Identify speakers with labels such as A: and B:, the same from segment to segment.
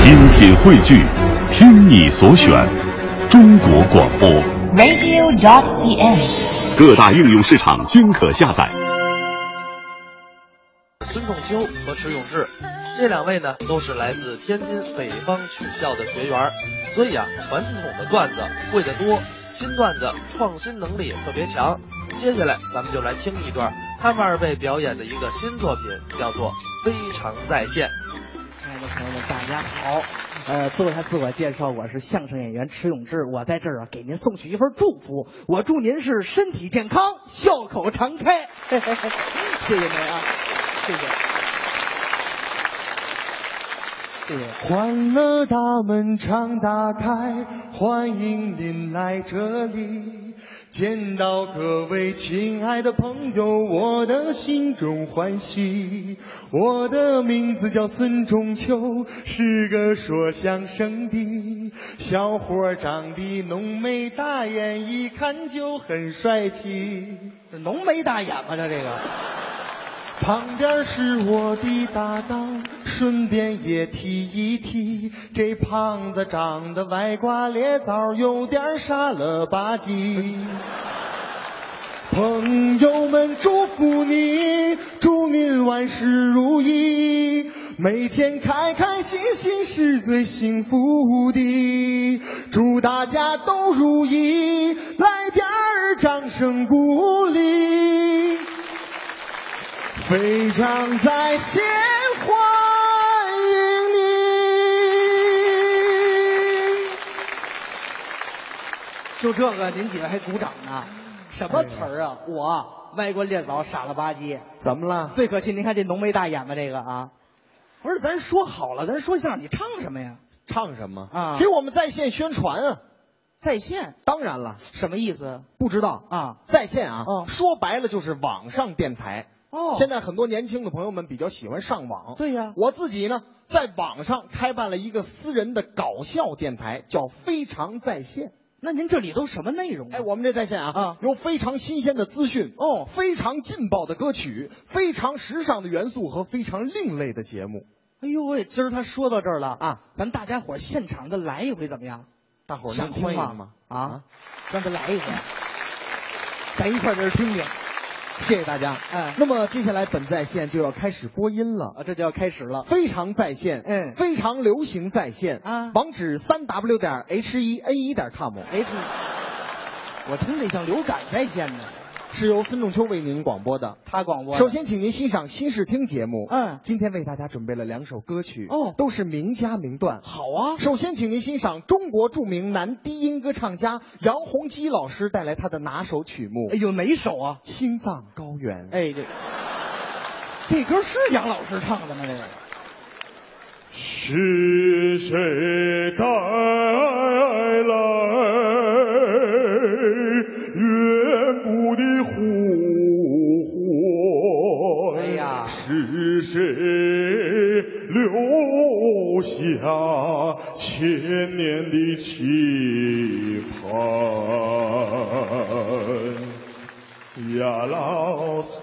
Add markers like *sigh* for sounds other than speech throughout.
A: 精品汇聚，听你所选，中国广播。
B: radio.cn。
A: 各大应用市场均可下载。
C: 孙仲秋和池永志这两位呢，都是来自天津北方曲校的学员儿，所以啊，传统的段子会得多，新段子创新能力也特别强。接下来咱们就来听一段他们二位表演的一个新作品，叫做《非常在线》。
D: 亲爱的朋友们，大家哎好。呃，做一下自我介绍，我是相声演员迟永志，我在这儿啊给您送去一份祝福，我祝您是身体健康，笑口常开。 *laughs* 嘿嘿嘿谢谢您啊，谢谢。谢谢。
E: 欢乐大门常打开，欢迎您来这里。见到各位亲爱的朋友，我的心中欢喜。我的名字叫孙中秋，是个说相声的小伙儿，长得浓眉大眼，一看就很帅气。
D: 这浓眉大眼吗？这这个，
E: 旁边是我的搭档，顺便也提一提，这胖子长得歪瓜裂枣，有点傻了吧唧。朋友们，祝福你，祝您万事如意，每天开开心心是最幸福的。祝大家都如意，来点儿掌声鼓励。非常在线，欢迎你。
D: 就这个，您几位还鼓掌呢？什么词儿啊？我歪瓜裂枣，傻了吧唧。
E: 怎么了？
D: 最可气，您看这浓眉大眼吧，这个啊，不是咱说好了，咱说相声，你唱什么呀？
E: 唱什么
D: 啊
E: 给我们在线宣传啊！
D: 在线
E: 当然了，
D: 什么意思？
E: 不知道
D: 啊
E: 在线啊，
D: 嗯
E: 说白了就是网上电台。
D: 哦
E: 现在很多年轻的朋友们比较喜欢上网。
D: 对呀
E: 我自己呢，在网上开办了一个私人的搞笑电台，叫非常在线。
D: 那您这里都什么内容、啊？
E: 哎，我们这在线啊，
D: 啊
E: 有非常新鲜的资讯
D: 哦
E: 非常劲爆的歌曲，非常时尚的元素和非常另类的节目。
D: 哎呦喂，今儿他说到这儿了
E: 啊，
D: 咱大家伙儿现场再来一回怎么样？
E: 大伙儿
D: 想
E: 能
D: 哦听
E: 欢迎吗？
D: 啊，，让他来一回，咱一块儿在这儿听听。
E: 谢谢大家。
D: 哎
E: 那么接下来本在线就要开始播音了。
D: 啊，这就要开始了。
E: 非常在线，
D: 嗯
E: 非常流行在线
D: 啊
E: 网址三 w 点 h 一 n 一点 com，
D: H，我听着像流感在线呢，
E: 是由孙仲秋为您广播的。
D: 他广播的。
E: 首先，请您欣赏新视听节目。
D: 嗯
E: 今天为大家准备了两首歌曲，
D: 哦
E: 都是名家名段。
D: 好啊，
E: 首先，请您欣赏中国著名男低音歌唱家杨洪基老师带来他的拿手曲目
D: 哎
E: 《
D: 呦哪首啊？
E: 青藏高原》。
D: 哎这，这歌是杨老师唱的吗？这个
E: 是谁带来远古的呼唤？
D: 哎呀
E: 是谁留下千年的期盼？呀啦索，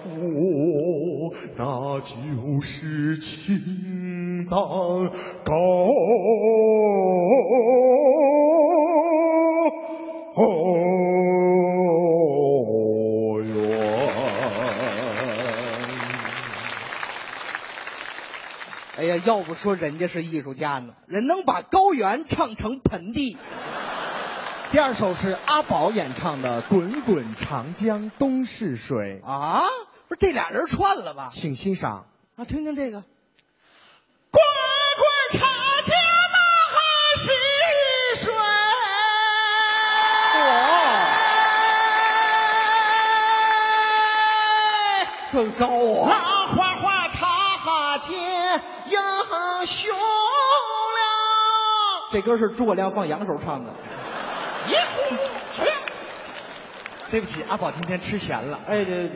E: 那就是青藏高原。
D: 哎呀，要不说人家是艺术家呢，人能把高原唱成盆地。
E: 第二首是
D: 啊
E: 阿宝演唱的《滚滚长江东逝水》，
D: 啊，不是这俩人串了吧？
E: 请欣赏。
D: 啊，听听这个，
E: 滚滚长江大海逝水。
D: 更高啊！
E: 浪花花塔尖英雄了，
D: 这歌是诸葛亮放羊时候唱的。
E: 一呼去。对不起，阿宝今天吃咸了。
D: 哎，这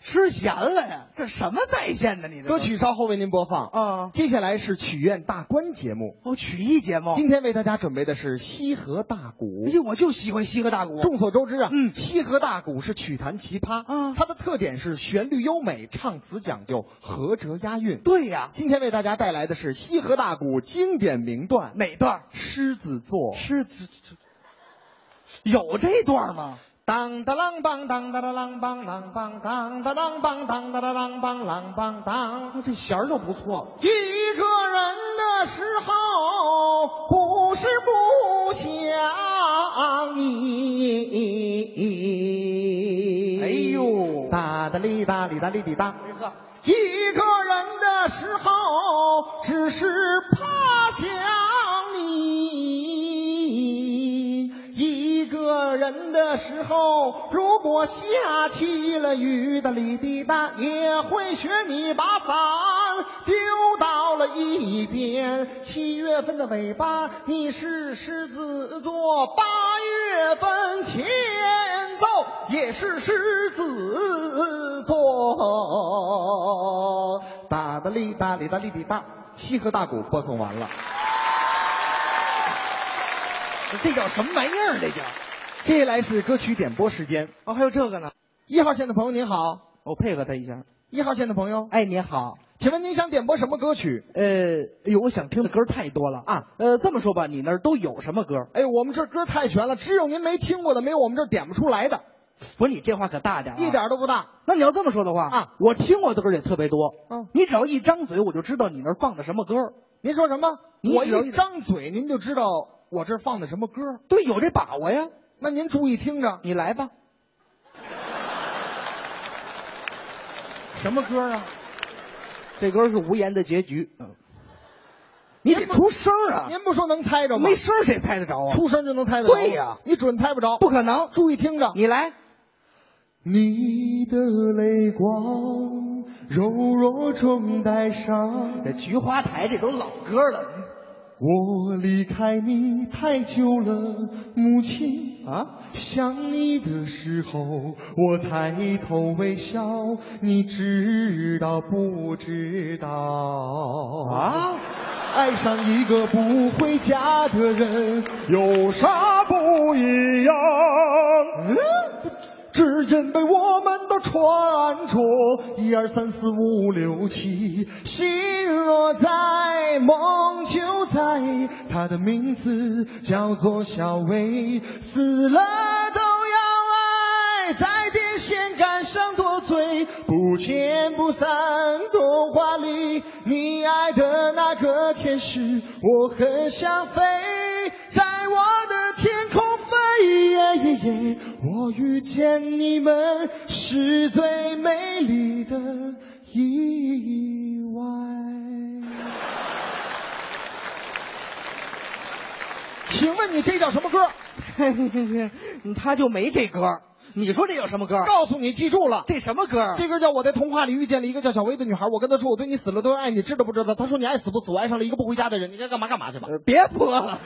D: 吃咸了呀！这什么在线呢？你这
E: 歌曲稍后为您播放。
D: 啊，
E: 接下来是曲苑大观节目，
D: 哦，曲艺节目。
E: 今天为大家准备的是西河大鼓
D: 哎。呦，我就喜欢西河大鼓。
E: 众所周知啊，
D: 嗯
E: 西河大鼓是曲坛奇葩，
D: 啊
E: 它的特点是旋律优美，唱词讲究，合辙押韵。
D: 对呀，
E: 今天为大家带来的是西河大鼓经典名段《
D: 哪段？
E: 狮子座》。
D: 狮子有这段吗？
E: 当当啷梆当当当啷梆啷梆当当当梆当当当啷梆啷梆当，啊这弦儿都不错。一个人的时候不是不想你。
D: 哎呦
E: 哒哒哩哒哩哒哩滴哒。
D: 呵，
E: 一个人的时候，只是怕想你；一个人的时候，如果下起了雨的里滴答，也会学你把伞丢到了一边。七月份的尾巴，你是狮子座；八月份前奏，也是狮子座。哒哒哩哒哩哒哩滴哒，西河大鼓播送完了。
D: 这叫什么玩意儿？这叫
E: 接下来是歌曲点播时间。
D: 哦，还有这个呢。
E: 一号线的朋友您好，
D: 我配合他一下。
E: 一号线的朋友，
D: 哎，你好，
E: 请问您想点播什么歌曲？
D: 呃，哎呦，我想听的歌太多了
E: 啊。
D: 呃，这么说吧，你那儿都有什么歌？
E: 哎，我们这歌太全了，只有您没听过的，没有我们这点不出来的，
D: 不是你这话可大点儿啊
E: 一。点都不大。
D: 那你要这么说的话
E: 啊，
D: 我听过的歌也特别多。
E: 嗯，
D: 你只要一张嘴，我就知道你那儿放的什么歌。
E: 您说什么？
D: 你
E: 我
D: 只要
E: 一张嘴，您就知道我这放的什么歌。
D: 对，有这把握呀。
E: 那您注意听着，
D: 你来吧。
E: 什么歌啊？
D: 这歌是无言的结局。嗯，你得出声儿啊，
E: 您不说能猜着吗？
D: 没声儿谁猜得着啊？
E: 出声就能猜得着吗。
D: 对呀
E: 你准猜不着。
D: 不可能。
E: 注意听着，
D: 你来，
E: 你的泪光柔弱中带伤
D: 这菊花台这都老歌了
E: 我离开你太久了，母亲。
D: 啊。 *laughs*
E: 想你的时候，我抬头微笑，你知道不知道？
D: 啊，
E: 爱上一个不回家的人，有啥不一样？嗯，只因为我们都穿着一二三四五六七，心若在，梦就在。他的名字叫做小薇，死了都要爱，在电线杆上多嘴，不见不散。童话里你爱的那个天使，我很想飞，在我的天空飞。耶耶耶我遇见你们是最美丽的意外。请问你这叫什么歌？
D: 他就没这歌，你说这有什么歌？
E: 告诉你，记住了。
D: 这什么歌？
E: 这歌叫《我在童话里遇见了一个叫小薇的女孩》，我跟她说我对你死了都要爱你，知道不知道？她说你爱死不死，我爱上了一个不回家的人，你该干嘛干嘛去吧。
D: 呃别播了，